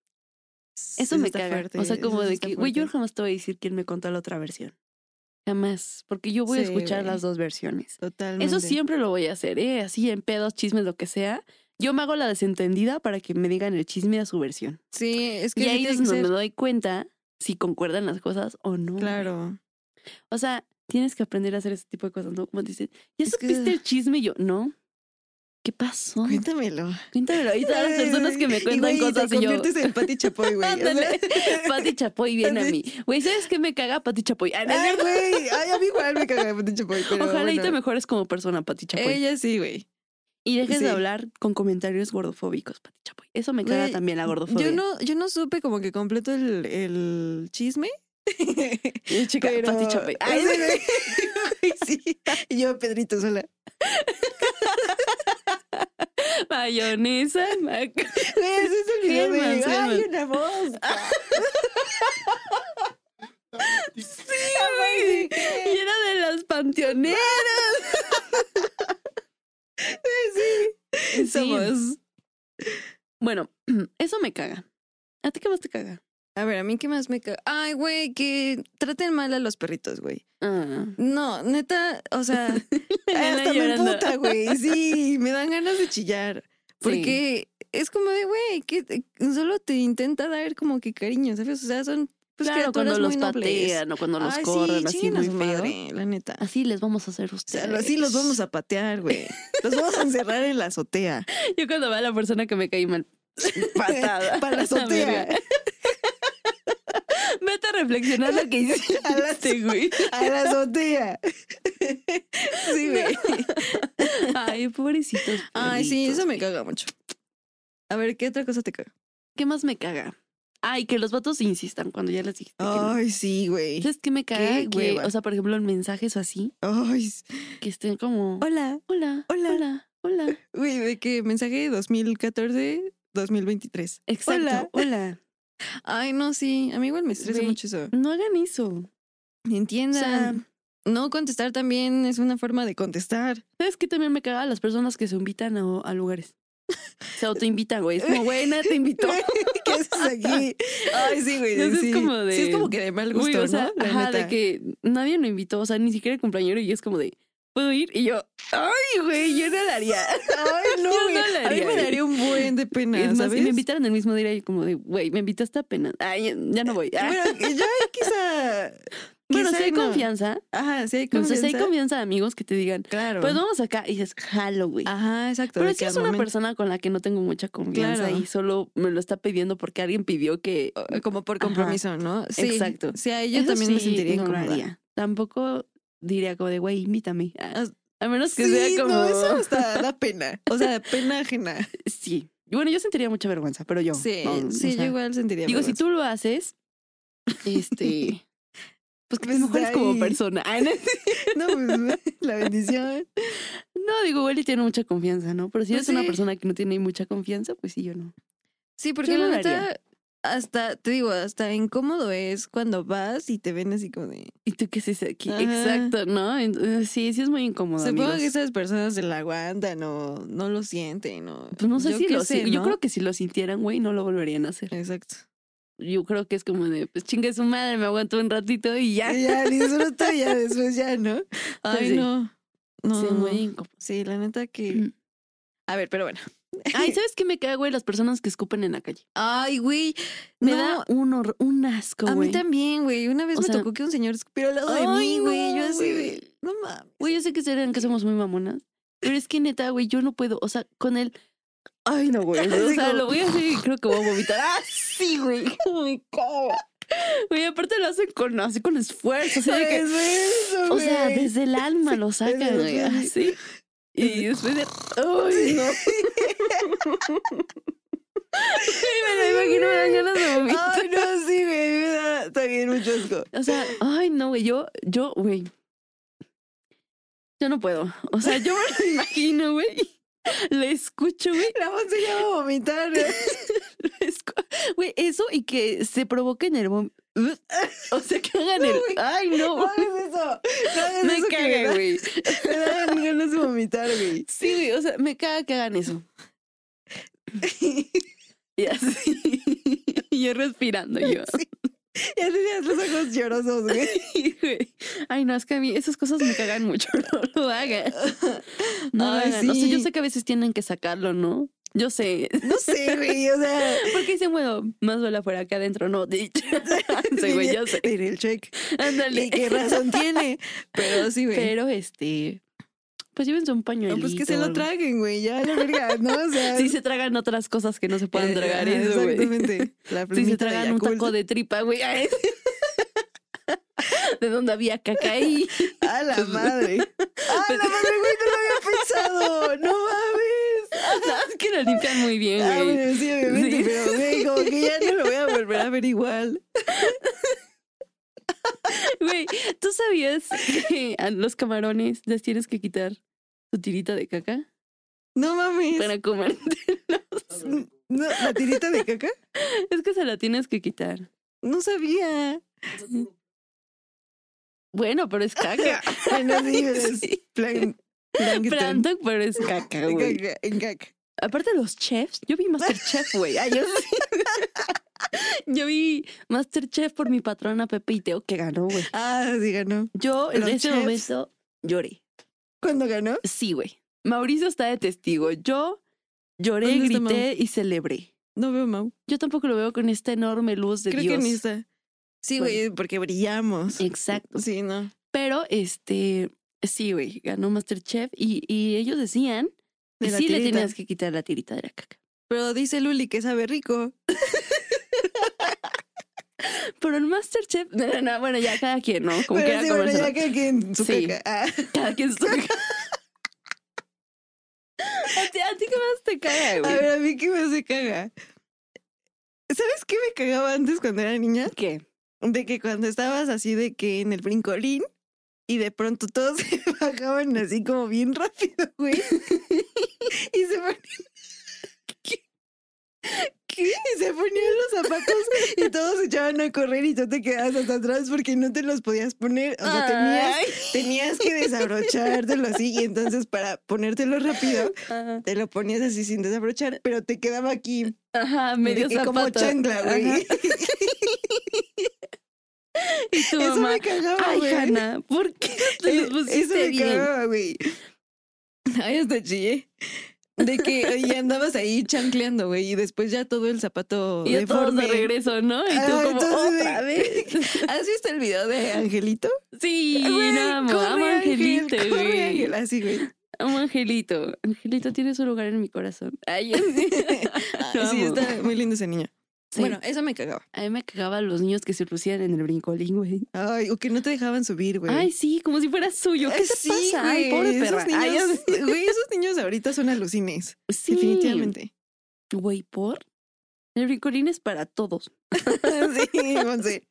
S2: Eso, me
S3: está
S2: caga.
S3: fuerte,
S2: o sea,
S3: eso
S2: como
S3: sí
S2: de
S3: está
S2: que, güey, yo
S3: fuerte.
S2: jamás te voy a decir quién me contó la otra versión. Jamás. Porque yo voy a
S3: Sí,
S2: escuchar
S3: güey.
S2: las dos versiones.
S3: Totalmente.
S2: Eso siempre lo voy a hacer, ¿eh? Así en pedos, chismes, lo que sea. Yo me hago la desentendida para que me digan el chisme a su versión.
S3: Sí, es que
S2: y
S3: sí
S2: ahí
S3: tiene
S2: es
S3: que
S2: donde
S3: ser-
S2: me doy cuenta si concuerdan las cosas o no.
S3: Claro.
S2: O sea, tienes que aprender a hacer ese tipo de cosas, ¿no? Como dicen, ¿ya
S3: Es que-
S2: supiste el chisme? Y yo, no. ¿Qué pasó?
S3: Cuéntamelo.
S2: Cuéntamelo. Ahí todas las personas que me
S3: Y,
S2: cuentan
S3: güey, te
S2: cosas y yo.
S3: conviertes en Pati Chapoy, güey. O sea,
S2: Ándale. Pati Chapoy viene a
S3: Así.
S2: mí. Güey, ¿sabes qué me caga Pati Chapoy? Ay, no es
S3: Ay,
S2: cierto.
S3: güey. Ay, a mí igual me caga Pati Chapoy. pero
S2: Ojalá y te pues.
S3: bueno.
S2: mejores como persona, Pati Chapoy.
S3: Ella sí, güey.
S2: y dejes de
S3: sí.
S2: hablar con comentarios gordofóbicos, Pati Chapoy. Eso me caga
S3: Güey,
S2: también la gordofobia.
S3: Yo no, yo no supe como que completo el, el chisme.
S2: chica,
S3: pero-
S2: Pati Chapoy. Ay,
S3: Sí, güey. sí. Y yo, Pedrito sola.
S2: mayonesa. mac-
S3: Güey, ese es el video de-
S2: Germán,
S3: Ay,
S2: Germán.
S3: una mosca.
S2: Sí, güey. Y era de las panteoneras. sí. Somos. Bueno, eso me caga. ¿A ti qué más te caga?
S3: A ver, a mí qué más me caga. Ay, güey, que traten mal a los perritos, güey.
S2: Ah.
S3: No, neta, o sea,
S2: Elena
S3: hasta me
S2: llorando.
S3: emputa, güey. Sí, me dan ganas de chillar. Porque es como de, güey, que te- solo te intenta dar como que cariño, ¿sabes? O sea, son pues,
S2: claro,
S3: criaturas
S2: cuando los
S3: muy nobles.
S2: patean o cuando los
S3: Ay,
S2: corren
S3: sí,
S2: así
S3: chinguen a
S2: muy
S3: su
S2: feo.
S3: madre, la neta.
S2: Así les vamos a hacer
S3: O sea,
S2: ustedes.
S3: así los vamos a patear, güey. Los vamos a encerrar en la azotea.
S2: Yo cuando veo a la persona que me caí mal. Patada.
S3: Para la azotea.
S2: verga. Vete a reflexionar lo que hiciste, este
S3: A la-
S2: güey.
S3: A la azotea. Sí, güey.
S2: Ay, pobrecitos.
S3: Ay, sí,
S2: perritos,
S3: eso me
S2: güey.
S3: caga mucho. A ver, ¿qué otra cosa te caga?
S2: ¿Qué más me caga? Ay, que los vatos insistan cuando ya les dijiste que no.
S3: Ay, sí, güey.
S2: ¿Sabes qué me caga?
S3: qué
S2: Que,
S3: hueva.
S2: o sea, por ejemplo, en mensajes o así,
S3: Ay, s-
S2: que estén como...
S3: hola.
S2: Hola, hola,
S3: Hola.
S2: hola, hola.
S3: Güey, ¿de qué? Mensaje 2014, 2023.
S2: Exacto, hola.
S3: Hola.
S2: hola.
S3: Ay, no, sí. A mí igual me estresa
S2: Güey.
S3: mucho eso.
S2: No hagan eso. O
S3: Entienda.
S2: sea,
S3: no contestar también es una forma de contestar.
S2: ¿Sabes qué también me caga? Las personas que se invitan a, a lugares. Se autoinvitan, güey. Es como, güey, nadie te invitó.
S3: ¿Qué haces aquí? Ay, sí, güey.
S2: Entonces es
S3: sí.
S2: como de-
S3: Sí, es como que de mal gusto,
S2: Güey, o sea,
S3: ¿no? La
S2: ajá, de
S3: neta.
S2: que nadie lo invitó. O sea, ni siquiera el compañero. Y es como de, ¿puedo ir? Y yo, ay, güey, yo no lo haría.
S3: Ay, no,
S2: Yo no
S3: güey.
S2: lo
S3: a mí
S2: haría,
S3: me
S2: güey.
S3: daría un buen de pena,
S2: Es más,
S3: ¿sabes?
S2: si me invitaran el mismo día, yo como de, güey, me invitaste apenas. Ay, ya no voy. Ah.
S3: Bueno, yo ahí quizá...
S2: Bueno,
S3: quizá
S2: si hay
S3: no.
S2: confianza,
S3: Ajá, sí hay confianza.
S2: entonces si hay confianza de amigos que te digan,
S3: Claro.
S2: pues vamos acá y dices, jalo, güey.
S3: Ajá, exacto.
S2: Pero
S3: de
S2: si
S3: que
S2: es
S3: al
S2: una
S3: momento-
S2: persona con la que no tengo mucha confianza
S3: Claro.
S2: y solo me lo está pidiendo porque alguien pidió que.
S3: eh, como por
S2: Ajá.
S3: compromiso, ¿no? Sí,
S2: Exacto.
S3: Sí, ahí yo
S2: Eso
S3: también me
S2: sí,
S3: sentiría
S2: no lo
S3: incómoda.
S2: haría. Tampoco diría como de, güey, invítame. Ah,
S3: As-
S2: A menos que
S3: sí,
S2: sea como.
S3: no, eso hasta da pena. O sea, pena ajena.
S2: Sí. Bueno, yo sentiría mucha vergüenza, pero yo.
S3: Sí,
S2: no, o
S3: sí,
S2: sea,
S3: yo igual sentiría
S2: Digo, si
S3: vergüenza.
S2: tú lo haces, este. Pues que te
S3: Pues,
S2: mejores como
S3: ahí.
S2: persona. Ay, no,
S3: No, pues, la bendición.
S2: no, digo, güey, tiene mucha confianza, ¿no? Pero si
S3: Pues
S2: eres una
S3: sí.
S2: persona que no tiene mucha confianza, pues sí, yo no.
S3: Sí,
S2: Yo
S3: porque
S2: no
S3: la
S2: lo
S3: neta,
S2: haría.
S3: hasta, te digo, hasta incómodo es cuando vas y te ven así como de...
S2: ¿Y tú qué haces aquí?
S3: Ajá.
S2: Exacto, ¿no? Entonces, sí, sí es muy incómodo.
S3: Supongo
S2: amigos.
S3: que esas personas se la aguantan o no lo sienten o...
S2: Pues no sé
S3: yo
S2: si
S3: qué
S2: lo
S3: sé,
S2: si- Yo
S3: ¿no? Eh.
S2: creo que si lo sintieran, güey, no lo volverían a hacer.
S3: Exacto.
S2: Yo creo que es como de, pues chingue su madre, me aguanto un ratito y ya.
S3: Y Ya, disfruto y ya después ya, ¿no? Ay,
S2: sí.
S3: no. No,
S2: Sí,
S3: no,
S2: muy
S3: no.
S2: incómodo.
S3: Sí, la neta que...
S2: Mm.
S3: A ver, pero bueno.
S2: Ay, ¿sabes qué me cae, güey? Las personas que escupen en la calle.
S3: Ay, güey.
S2: Me
S3: no,
S2: da un, hor- un asco,
S3: A
S2: güey.
S3: mí también, güey. Una vez
S2: O
S3: me
S2: sea-
S3: tocó que un señor escupió al lado de
S2: Ay,
S3: mí, güey.
S2: no,
S3: yo así
S2: güey.
S3: de... No mames.
S2: Güey, yo sé que serán que somos muy mamonas, pero es que neta, güey, yo no puedo. O sea, con el. Ay, no, güey. O
S3: Así
S2: sea,
S3: como-
S2: lo voy a hacer y creo que voy a vomitar. ¡Ah, sí, güey! ¡Cómo me caga! Güey, aparte lo hacen con, así con esfuerzo. así de que-
S3: eso,
S2: o sea,
S3: güey.
S2: desde el alma lo sacan,
S3: desde
S2: güey.
S3: el alma.
S2: Así. Y después de. ¡Ay, no! Güey, me lo imagino, me dan ganas de vomitar.
S3: Ay, no, sí, güey. Me da también mucho asco.
S2: O sea, ay, no, güey, yo, yo, güey. Yo no puedo. O sea, yo me lo imagino, güey. Le escucho, güey.
S3: La voz Pues se llama vomitar. güey.
S2: le escu- Güey, eso y que se provoquen el vom- O sea, que hagan el. Ay,
S3: No
S2: no.
S3: hagas eso. No hagas
S2: Me
S3: eso que me
S2: caga,
S3: da-
S2: güey.
S3: Me dan ganas de vomitar, güey.
S2: Sí, güey, o sea, me caga que hagan eso. Y así. Y yo respirando, yo.
S3: Ya tenías los ojos llorosos, güey.
S2: Sí, güey. Ay, no, es que a mí esas cosas me cagan mucho. No lo hagan. No lo
S3: Ay,
S2: hagan. O sea,
S3: sí.
S2: yo sé que a veces tienen que sacarlo, ¿no? Yo sé.
S3: No sé, güey. O sea.
S2: Porque dicen, bueno, más duele afuera que adentro, no. Sí, güey, yo sé.
S3: Tiene el check.
S2: Ándale.
S3: Y qué razón tiene. Pero sí, güey.
S2: Pero este. Pues llévense un pañuelito.
S3: No, pues que se
S2: o
S3: lo
S2: algo.
S3: traguen, güey. Ya, la verga, ¿no? O sea.
S2: Si se tragan otras cosas que no se puedan
S3: eh,
S2: tragar
S3: ajá,
S2: eso, güey.
S3: Exactamente. La
S2: Si
S3: plumita
S2: se
S3: de
S2: tragan un
S3: Yakult.
S2: taco de tripa, güey. ay. ¿De dónde había caca ahí?
S3: A la
S2: Pues,
S3: madre. A la madre, güey, no lo había pensado. No mames.
S2: No, es que lo limpian muy bien,
S3: Ah,
S2: güey.
S3: bueno, sí, obviamente,
S2: Sí.
S3: pero güey, como que ya no lo voy a volver a ver igual.
S2: Güey, ¿tú sabías que a los camarones les tienes que quitar su tirita de caca
S3: No mames.
S2: para comértelos?
S3: No, ¿La tirita de caca?
S2: Es que se la tienes que quitar.
S3: No sabía.
S2: Bueno, pero es caca.
S3: Bueno, sí, es plan, plancton.
S2: Planto, pero es caca,
S3: En
S2: güey.
S3: caca, en caca. Ah,
S2: Aparte los chefs, yo vi Masterchef, güey. Ay, yo sí. Yo vi Masterchef por mi patrona Pepe y Teo que ganó, güey.
S3: Ah, sí, ganó.
S2: Yo en
S3: Los
S2: ese
S3: chefs.
S2: momento lloré.
S3: ¿Cuándo ganó?
S2: Sí, güey. Mauricio está de testigo. Yo lloré,
S3: ¿Dónde está
S2: grité y celebré.
S3: No veo Mau.
S2: Yo tampoco lo veo con esta enorme luz de
S3: Creo
S2: Dios.
S3: que ni está. Sí, güey, porque brillamos.
S2: Exacto.
S3: Sí, no.
S2: Pero este, sí, güey, ganó Masterchef y, y ellos decían que
S3: De la
S2: sí le
S3: tirita.
S2: tenías que quitar la tirita de la caca.
S3: Pero dice Luli que sabe rico.
S2: Pero en Masterchef, no, no, no, bueno, ya cada quien, ¿no? Como
S3: Pero
S2: quiera
S3: sí, bueno,
S2: comérselo.
S3: ya que que en su
S2: Sí.
S3: caca. Ah,
S2: Cada quien su- ¿A ti, a ti qué más te cae,
S3: a
S2: güey?
S3: ver, a mí qué me hace caga. ¿Sabes qué me cagaba antes cuando era niña?
S2: ¿Qué?
S3: De que cuando estabas así de que en el brincolín y de pronto todos se bajaban así como bien rápido, güey. y se ponían... ¿Qué? ¿Qué? Y se ponían los zapatos y todos se echaban a correr y tú te quedabas hasta atrás porque no te los podías poner. O sea, tenías... Tenías que desabrochártelo así y entonces para ponértelo rápido
S2: Ajá.
S3: te lo ponías así sin desabrochar, pero te quedaba aquí
S2: Ajá,
S3: de
S2: medio
S3: que como
S2: zapato.
S3: chancla,
S2: Ajá.
S3: güey.
S2: Y tu
S3: Eso
S2: mamá,
S3: me cagaba,
S2: ay,
S3: güey.
S2: Hanna, ¿por qué no te los
S3: Eh, Eso
S2: pusiste
S3: me
S2: bien?
S3: cagaba, güey. Ay, hasta chillé. De que y andabas ahí chancleando, güey, y después ya todo el zapato
S2: Y yo todos de
S3: deforme.
S2: regreso, ¿no? Y tú
S3: Ah,
S2: como,
S3: entonces,
S2: otra
S3: de-
S2: vez.
S3: ¿Has visto el video de Angelito?
S2: Sí,
S3: Güey,
S2: no, amo,
S3: corre,
S2: amo a
S3: Ángel,
S2: Angelito,
S3: corre,
S2: güey.
S3: Ángel, así, güey.
S2: Amo a Angelito. Angelito tiene su lugar en mi corazón. Ay,
S3: Ah,
S2: Lo
S3: sí,
S2: amo.
S3: está muy lindo ese niño.
S2: Sí.
S3: Bueno, eso me cagaba.
S2: A mí me cagaban los niños que se lucían en el brincolín, güey.
S3: Ay, o que no te dejaban subir, güey.
S2: Ay, sí, como si fuera suyo. ¿Qué
S3: Ay,
S2: te
S3: sí,
S2: pasa? Ay,
S3: güey,
S2: pobre
S3: esos
S2: perra.
S3: niños-
S2: Ay, ya-
S3: güey, esos niños ahorita son alucines.
S2: sí.
S3: Definitivamente.
S2: Güey, ¿por? El brincolín es para todos.
S3: Sí, Monse.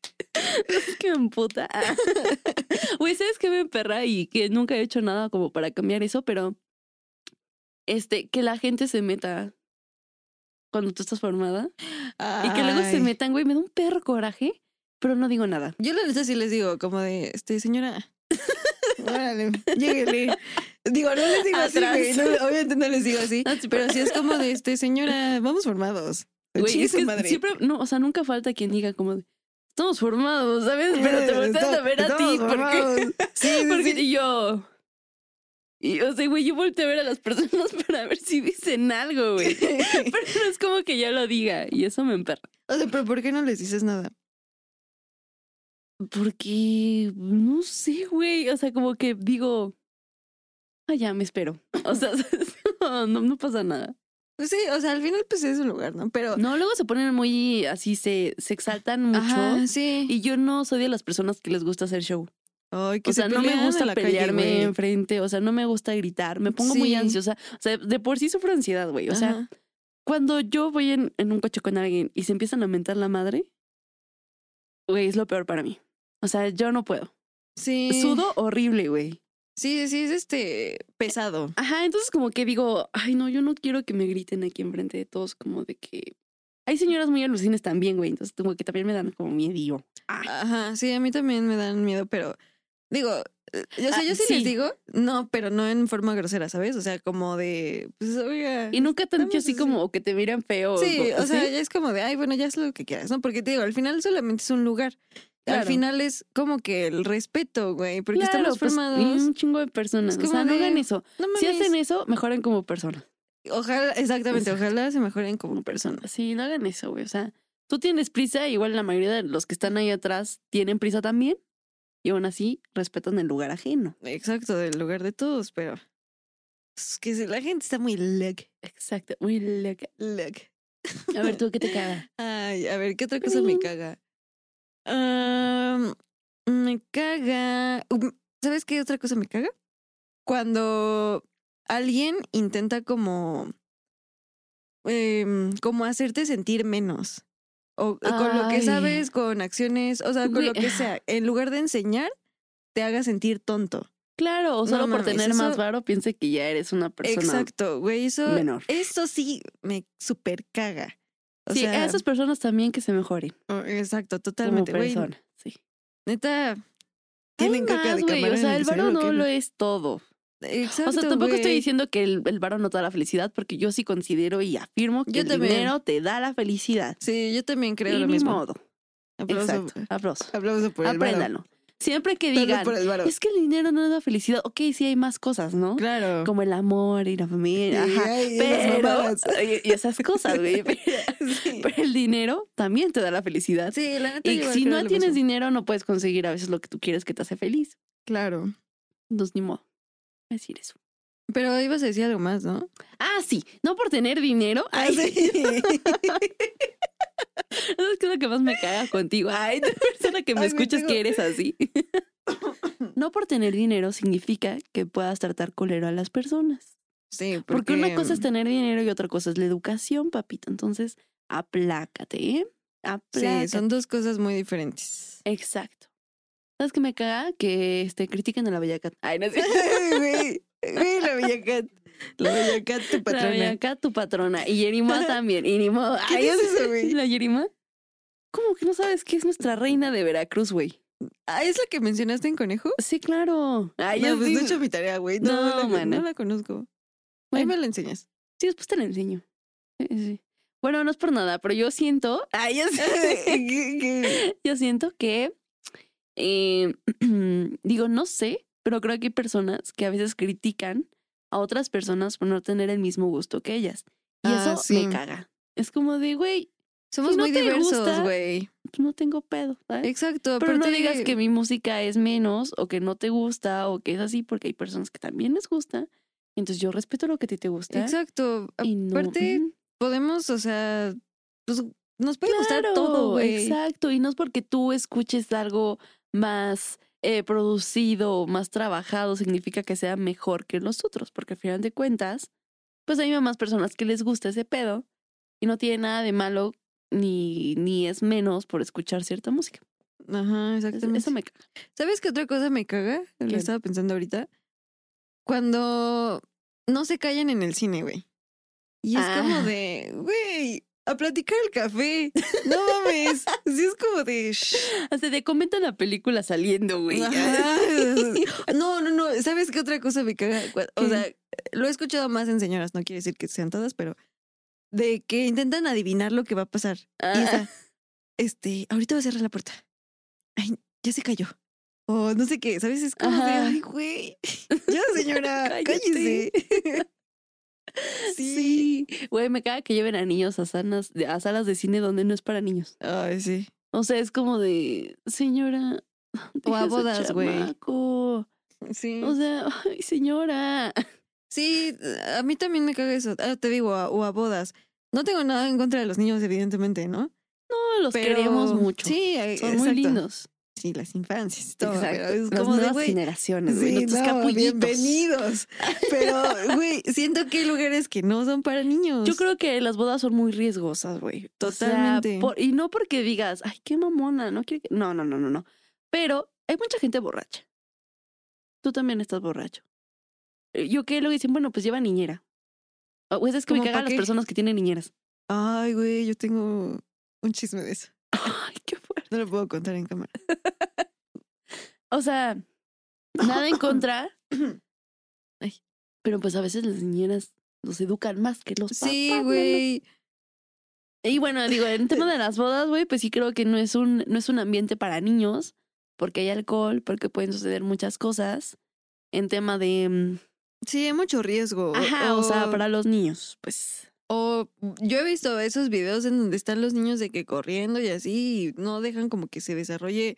S2: Qué puta. Güey, ¿sabes qué me emperra? Y que nunca he hecho nada como para cambiar eso, pero... Este, que la gente se meta cuando tú estás formada. Y que luego se
S3: Ay.
S2: metan, güey. Me da un perro coraje, pero no digo nada.
S3: Yo la neta sí les digo, como de, este, señora. Órale, lléguele. Digo, no les digo así,
S2: Atrás.
S3: güey. no, obviamente no les digo así.
S2: No, sí,
S3: Pero sí es como de, este, señora, vamos formados.
S2: Güey,
S3: Chingue
S2: es
S3: su
S2: que
S3: madre.
S2: siempre, no, o sea, nunca falta quien diga como, de, estamos formados, ¿sabes? Pero te
S3: Eh,
S2: voltean a
S3: estamos-
S2: ver a ti,
S3: estamos
S2: porque,
S3: formados. Sí, sí,
S2: porque
S3: sí.
S2: y yo, y, o sea, güey, yo volteo a ver a las personas para ver si dicen algo, güey. Pero no es como que yo lo diga, y eso me emperra.
S3: O sea, pero ¿por qué no les dices nada?
S2: Porque, no sé, güey, o sea, como que digo, ah, ya, me espero. O sea, no, no pasa nada.
S3: Pues sí, o sea, al final pues es un lugar, ¿no? Pero...
S2: No, luego se ponen muy así, se, se exaltan mucho.
S3: Ajá, sí.
S2: Y yo no soy de las personas que les gusta hacer show.
S3: Ay, que
S2: O
S3: se
S2: sea, no me
S3: pelean en
S2: gusta
S3: la calle,
S2: pelearme
S3: güey.
S2: enfrente, o sea, no me gusta gritar, me pongo
S3: Sí.
S2: muy ansiosa. O sea, de por sí sufro ansiedad, güey. O sea,
S3: Ajá.
S2: cuando yo voy en, en un coche con alguien y se empiezan a mentar la madre, güey, es lo peor para mí. O sea, yo no puedo.
S3: sí.
S2: Sudo horrible, güey.
S3: Sí, sí, es este pesado.
S2: Ajá, entonces como que digo, ay no, yo no quiero que me griten aquí enfrente de todos, como de que hay señoras muy alucines también, güey, entonces como que también me dan como miedo. "Ah".
S3: Ajá, sí, a mí también me dan miedo, pero digo, eh, o sea,
S2: Ah,
S3: yo sí,
S2: sí.
S3: les digo, no, pero no en forma grosera, ¿sabes? O sea, como de, pues, oiga.
S2: Y nunca te han dicho
S3: Vamos
S2: así
S3: a-
S2: como que te miran feo.
S3: Sí,
S2: co-
S3: o sea, ya es como de, ay, bueno, ya es lo que quieras, ¿no? Porque te digo, al final solamente es un lugar. Al
S2: Claro.
S3: final es como que el respeto, güey, porque
S2: Claro,
S3: estamos
S2: pues,
S3: formados.
S2: un chingo de personas.
S3: Es
S2: o sea,
S3: como
S2: no
S3: de-
S2: hagan eso.
S3: No
S2: Si
S3: mames.
S2: hacen e-, eso, mejoren como personas.
S3: Ojalá, exactamente, ojalá se mejoren como personas.
S2: Sí, no hagan eso, güey. O sea, tú tienes prisa, igual la mayoría de los que están ahí atrás tienen prisa también. Y aún así respetan el lugar ajeno.
S3: Exacto, del lugar de todos, pero es que si la gente está muy lag,
S2: Exacto. Muy loca.
S3: lag.
S2: A ver, tú qué te caga.
S3: Ay, a ver, ¿qué otra cosa me
S2: Prim.
S3: caga? Am, me caga. um, ¿Sabes qué otra cosa me caga? Cuando alguien intenta como. em, como hacerte sentir menos. O eh, con lo que
S2: Ay.
S3: sabes, con acciones, o sea, con
S2: Güey,
S3: lo que sea. En lugar de enseñar, te haga sentir tonto.
S2: Claro, o
S3: No
S2: solo por
S3: mames,
S2: tener
S3: eso-
S2: más varo, piense que ya eres una persona.
S3: Exacto, güey. Eso,
S2: menor.
S3: eso sí me super caga. O
S2: sí,
S3: sea,
S2: a esas personas también que se mejoren.
S3: oh, exacto,
S2: Como
S3: totalmente. güey,
S2: persona. Sí.
S3: Neta.
S2: Hay más, güey. O sea, el varo no lo es todo.
S3: Exacto.
S2: O sea, tampoco estoy
S3: güey.
S2: diciendo que el, el varo no da la felicidad, porque yo sí considero y afirmo que
S3: Yo
S2: el
S3: también.
S2: dinero te da la felicidad.
S3: Sí, yo también creo
S2: y
S3: lo
S2: ni
S3: mismo.
S2: modo.
S3: Aplauso,
S2: Exacto. Aplauso.
S3: aplauso por el varo.
S2: Apréndalo. Siempre que
S3: Tal vez
S2: digan,
S3: por el varo.
S2: es que el dinero no da felicidad. Ok, sí hay más cosas, ¿no?
S3: Claro.
S2: Como el amor y la familia.
S3: Sí,
S2: ajá.
S3: ay, y las
S2: pero.
S3: mamadas.
S2: Y, y esas cosas, güey. Pero,
S3: Sí.
S2: pero el dinero también te da la felicidad.
S3: Sí, la neta.
S2: y
S3: yo
S2: si
S3: creo
S2: no
S3: lo
S2: tienes
S3: mismo.
S2: dinero, no puedes conseguir a veces lo que tú quieres que te hace feliz.
S3: Claro.
S2: Entonces, ni modo. Voy a Decir eso.
S3: Pero ibas a decir algo más, ¿no?
S2: Ah, sí. No por tener dinero.
S3: Ah,
S2: Ay, ¿Sabes qué es lo que más me caga contigo? Ay, de persona que me
S3: Ay,
S2: escuchas
S3: contigo.
S2: que eres así. No por tener dinero significa que puedas tratar colero a las personas.
S3: Sí,
S2: Porque, una cosa es tener dinero
S3: mm,
S2: y otra cosa es la educación, papito. Entonces, aplácate, ¿eh?
S3: Sí,
S2: Aplácate.
S3: son dos cosas muy diferentes.
S2: Exacto. ¿Sabes qué me caga? Que este, critiquen a la Bellacat. Ay, no sé.
S3: Ay, güey. Güey, la Bellacat. La Bellacat, tu
S2: La
S3: patrona.
S2: Bellacat, tu patrona. Y Yerima también. Y ni modo.
S3: ¿Qué
S2: Ay,
S3: es
S2: no sé.
S3: eso, güey?
S2: ¿La Yerima? ¿Cómo que no sabes que es nuestra reina de Veracruz, güey?
S3: Ah, ¿es la que mencionaste en Conejo?
S2: Sí, claro. Ay,
S3: no,
S2: yo
S3: pues no he
S2: sí.
S3: hecho mi tarea, güey. No,
S2: No,
S3: la,
S2: mana.
S3: no la conozco. Ahí
S2: Bueno.
S3: me la enseñas.
S2: Sí, después te la enseño. Sí, sí. Bueno, no es por nada, pero yo siento. Ay, yo, sé. Yo siento que. eh, digo, no sé, pero creo que hay personas que a veces critican a otras personas por no tener el mismo gusto que ellas. Y
S3: Ah,
S2: eso
S3: sí.
S2: me caga. Es como de, güey,
S3: Somos
S2: Si no
S3: muy
S2: te
S3: diversos,
S2: gusta,
S3: güey.
S2: no tengo pedo, ¿sabes?
S3: Exacto.
S2: Pero no
S3: aparte-
S2: digas que mi música es menos o que no te gusta o que es así porque hay personas que también les gusta. Entonces yo respeto lo que a ti te gusta.
S3: Exacto.
S2: Y no-
S3: Aparte,
S2: Ujú.
S3: podemos, o sea, pues nos puede gustar
S2: Claro,
S3: todo, güey.
S2: Exacto, y no es porque tú escuches algo más eh, producido, o más trabajado, significa que sea mejor que los otros, porque al final de cuentas, pues hay más personas que les gusta ese pedo y no tiene nada de malo ni, ni es menos por escuchar cierta música.
S3: Ajá,
S2: Es-
S3: exactamente.
S2: Eso me caga.
S3: ¿Sabes qué otra cosa me caga? Lo
S2: ¿Qué?
S3: estaba pensando ahorita. Cuando no se callan en el cine, güey. Y es como
S2: Ah.
S3: de, güey, a platicar el café. No mames. Sí, es como de, "Shh".
S2: Hasta te comentan la película saliendo, güey.
S3: Ajá. Ah, No, no, no. ¿Sabes qué otra cosa me caga? Cu- O
S2: ¿Qué?
S3: sea, lo he escuchado más en señoras, no quiere decir que sean todas, pero de que intentan adivinar lo que va a pasar.
S2: Ah,
S3: Y está, este, ahorita va a cerrar la puerta. Ay, ya se cayó. O no sé qué, ¿sabes? Es como de,
S2: Ajá.
S3: ay, güey. Ya, señora, cállese.
S2: Cállate. Sí. Güey, me caga que lleven a niños a, sanas- a salas de cine donde no es para niños.
S3: Ay, sí.
S2: O sea, es como de, señora.
S3: O a
S2: deja ese
S3: bodas, güey.
S2: chamaco".
S3: Sí.
S2: O sea, ay, señora.
S3: Sí, a mí también me caga eso. Ah, te digo, a- o a bodas. No tengo nada en contra de los niños, evidentemente, ¿no?
S2: No, los
S3: Pero-
S2: queremos mucho.
S3: Sí, eh,
S2: Son
S3: exacto.
S2: muy lindos.
S3: Sí, las infancias y todo. pero Exacto.
S2: Las
S3: Es como de,
S2: nuevas
S3: güey,
S2: generaciones, güey.
S3: Sí,
S2: nuestros
S3: no,
S2: capullitos.
S3: bienvenidos. Pero, güey, siento que hay lugares que no son para niños.
S2: Yo creo que las bodas son muy riesgosas, güey. O sea,
S3: Totalmente.
S2: por- y no porque digas, ay, qué mamona, no quiero que-". No, no, no, no, no. Pero hay mucha gente borracha. Tú también estás borracho. Eh, Yo que luego dicen, bueno, pues lleva niñera. O pues es que me
S3: ¿Cómo pa'
S2: cagan las
S3: qué?
S2: personas que tienen niñeras.
S3: Ay, güey, yo tengo un chisme de eso.
S2: Ay, qué fuerte.
S3: No lo puedo contar en cámara.
S2: O sea, nada en contra. Ay, pero pues a veces las niñeras los educan más que los papás.
S3: Sí,
S2: ¿no?
S3: güey.
S2: Y bueno, digo, en tema de las bodas, güey, pues sí creo que no es un, no es un ambiente para niños, porque hay alcohol, porque pueden suceder muchas cosas. En tema de. mm,
S3: Sí, hay mucho riesgo.
S2: Ajá, o sea, para los niños, pues.
S3: O yo he visto esos videos en donde están los niños de que corriendo y así y no dejan como que se desarrolle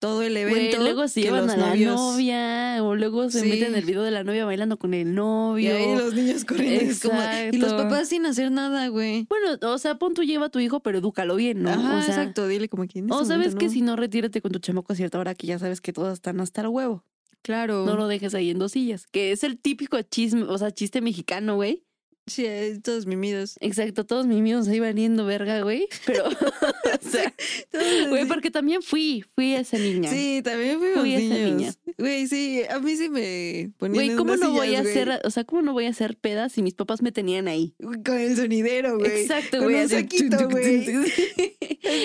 S3: todo el
S2: Güey,
S3: evento.
S2: luego se
S3: que
S2: llevan
S3: los
S2: a la
S3: novios-
S2: novia, o luego se
S3: Sí.
S2: meten en el video de la novia bailando con el
S3: Y
S2: novio.
S3: ahí los niños corriendo. es como- y los
S2: Exacto.
S3: papás sin hacer nada, güey.
S2: Bueno, o sea, pon tú lleva a tu hijo, pero edúcalo bien, ¿no?
S3: Ajá,
S2: o sea,
S3: exacto. Dile como que en
S2: O
S3: este
S2: sabes
S3: momento
S2: que
S3: no.
S2: si no, retírate con tu chamaco a cierta hora que ya sabes que todas están hasta el huevo.
S3: Claro.
S2: No lo dejes ahí en dos sillas. Que es el típico chisme, o sea, chiste mexicano, güey.
S3: Sí, eh, todos mimidos.
S2: Exacto, todos mis míos ahí valiendo verga, güey. Pero, o sea,
S3: Todos
S2: Eh, güey,
S3: así.
S2: porque también fui, fui esa niña.
S3: Sí, también fuimos
S2: Fui esa
S3: niños.
S2: niña.
S3: Güey, sí, a mí sí me ponían
S2: Güey,
S3: en
S2: ¿cómo
S3: unas
S2: no voy a
S3: sillas, güey.
S2: hacer, o sea, cómo no voy a hacer pedas si mis papás me tenían ahí?
S3: Con el sonidero, güey.
S2: Exacto,
S3: Con
S2: güey.
S3: un
S2: así,
S3: saquito,
S2: tun, tun,
S3: güey.
S2: tun, tun.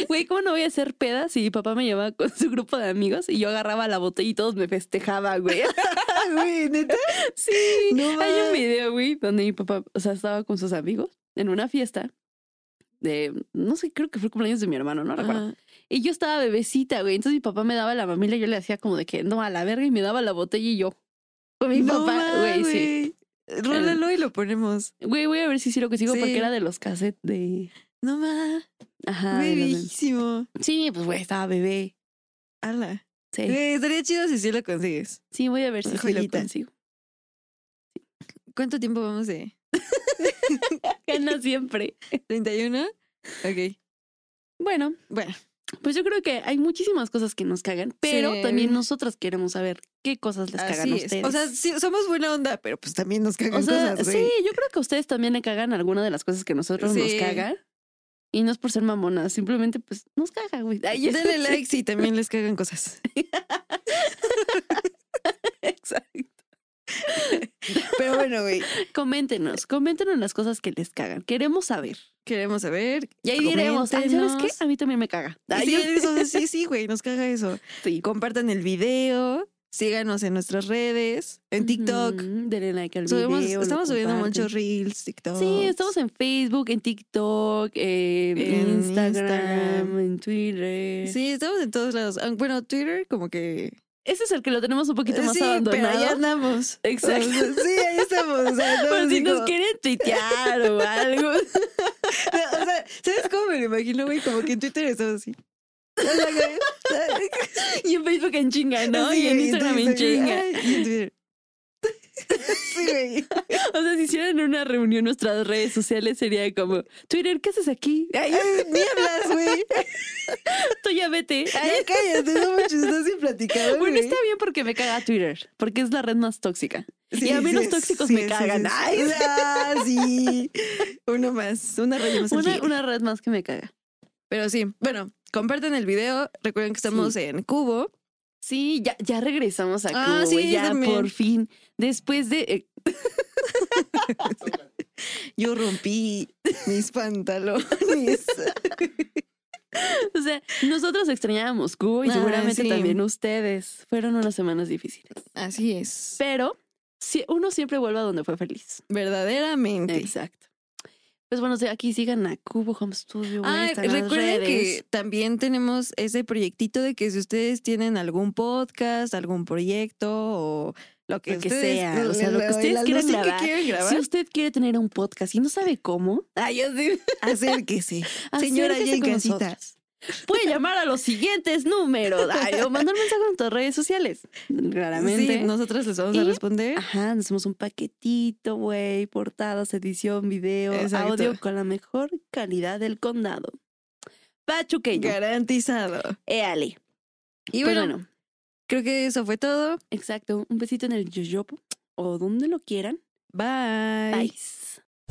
S2: Güey, ¿cómo no voy a hacer pedas si mi papá me llevaba con su grupo de amigos y yo agarraba la botella y todos me festejaban, güey?
S3: Ah, güey, neta.
S2: Sí.
S3: No
S2: Hay
S3: más.
S2: un video, güey, donde mi papá, o sea, estaba con sus amigos en una fiesta de, no sé, creo que fue el cumpleaños de mi hermano, no recuerdo.
S3: Ajá.
S2: Y yo estaba bebecita, güey. Entonces mi papá me daba la mamila y yo le hacía como de que no a la verga y me daba la botella y yo. Con mi
S3: No
S2: papá,
S3: más,
S2: güey, sí.
S3: güey. Rólalo y lo ponemos.
S2: Güey, voy a ver si sí lo que sigo
S3: Sí.
S2: porque era de los cassettes de.
S3: No más.
S2: Ajá.
S3: Güey,
S2: de los-
S3: viejísimo.
S2: Sí, pues güey, estaba bebé.
S3: Ala.
S2: Sí.
S3: Güey, estaría chido si sí lo consigues.
S2: Sí, voy a ver si sí lo
S3: Joyita.
S2: consigo.
S3: ¿Cuánto tiempo vamos de?
S2: Gana siempre.
S3: ¿31? Ok.
S2: Bueno,
S3: Bueno,
S2: pues yo creo que hay muchísimas cosas que nos cagan, pero
S3: Sí.
S2: también nosotras queremos saber qué cosas les cagan
S3: así
S2: a
S3: es.
S2: ustedes.
S3: O sea, sí, somos buena onda, pero pues también nos cagan
S2: O sea,
S3: cosas, güey.
S2: sí, yo creo que a ustedes también le cagan alguna de las cosas que a nosotros nos
S3: Sí.
S2: caga. Y no es por ser mamona, simplemente pues nos caga, güey. Ay,
S3: Denle like si también les cagan cosas.
S2: Exacto.
S3: Pero bueno, güey,
S2: Coméntenos, coméntenos las cosas que les cagan. Queremos saber.
S3: queremos saber.
S2: Y ahí diremos, ay, ¿sabes qué?
S3: coméntenos.
S2: A mí también me caga. Ay,
S3: Sí,
S2: yo-
S3: eso- sí, sí, güey, nos caga eso.
S2: Sí.
S3: Compartan el video, síganos en nuestras redes, en TikTok.
S2: Ujú, denle like al
S3: Subimos-
S2: video, lo
S3: estamos subiendo
S2: comparten.
S3: muchos reels, TikTok.
S2: Sí, estamos en Facebook, en TikTok, eh, en
S3: En
S2: Instagram,
S3: Instagram.
S2: en Twitter.
S3: Sí, estamos en todos lados. Ah, Bueno, Twitter como que...
S2: Ese es el que lo tenemos un poquito más
S3: Eh, sí, pero
S2: abandonado.
S3: ahí andamos.
S2: Exacto.
S3: O sea, sí, ahí estamos. o sea, estamos
S2: Pero si
S3: así
S2: nos
S3: como-
S2: quieren tuitear o algo.
S3: O sea, ¿sabes cómo me lo imagino, güey? Como que en Twitter estamos así. O sea, que-
S2: Y en Facebook en chinga, ¿no?
S3: Sí,
S2: y en Instagram en chinga.
S3: ay, y en Twitter. Sí, güey.
S2: O sea, si hicieran una reunión nuestras redes sociales sería como, Twitter, ¿qué haces aquí? Ay,
S3: Ay, Ni hablas, güey.
S2: tú ya vete. Ay,
S3: Ya cállate, no mucho, estás sin platicar.
S2: bueno,
S3: güey.
S2: está bien porque me caga Twitter, porque es la red más tóxica.
S3: Sí,
S2: y a mí
S3: sí
S2: los
S3: es,
S2: tóxicos
S3: sí
S2: me
S3: es, sí
S2: cagan.
S3: es.
S2: Ay,
S3: Ah, sí. Uno más, una raya más. al
S2: una,
S3: tigre.
S2: una red más que me caga.
S3: Pero sí, bueno, compartan el video. Recuerden que estamos en Cubo.
S2: Sí, ya, ya regresamos a
S3: Ah,
S2: Cubo, güey,
S3: sí,
S2: ya
S3: también.
S2: por fin. Después de. eh,
S3: Yo rompí mis pantalones.
S2: o sea, nosotros extrañábamos Cubo y
S3: Ah,
S2: seguramente
S3: sí.
S2: también ustedes. Fueron unas semanas difíciles.
S3: Así es.
S2: Pero si uno siempre vuelve a donde fue feliz.
S3: Verdaderamente.
S2: Exacto. Pues bueno, sí, aquí sigan a Cubo Home Studio. güey,
S3: Ah,
S2: están las
S3: recuerden
S2: redes.
S3: que también tenemos ese proyectito de que si ustedes tienen algún podcast, algún proyecto o lo que,
S2: Lo que
S3: ustedes-
S2: sea, o sea, lo que ustedes
S3: la
S2: quieran
S3: música que
S2: grabar.
S3: quieren grabar,
S2: Si usted quiere tener un podcast y no sabe cómo,
S3: acérquese. Señora
S2: acérquese
S3: ya en
S2: con
S3: casita.
S2: nosotros. Puede llamar a los siguientes números ay, o mandar mensaje en nuestras redes sociales. Claramente.
S3: Sí, nosotros les vamos a
S2: Y-
S3: responder.
S2: Ajá, nos hacemos un paquetito, güey, portadas, edición, video,
S3: Exacto.
S2: audio con la mejor calidad del condado. Pachuqueño.
S3: Garantizado.
S2: Éale.
S3: Y
S2: Pues
S3: bueno,
S2: bueno,
S3: creo que eso fue todo.
S2: exacto. Un besito en el yoyopo o donde lo quieran.
S3: Bye.
S2: Bye.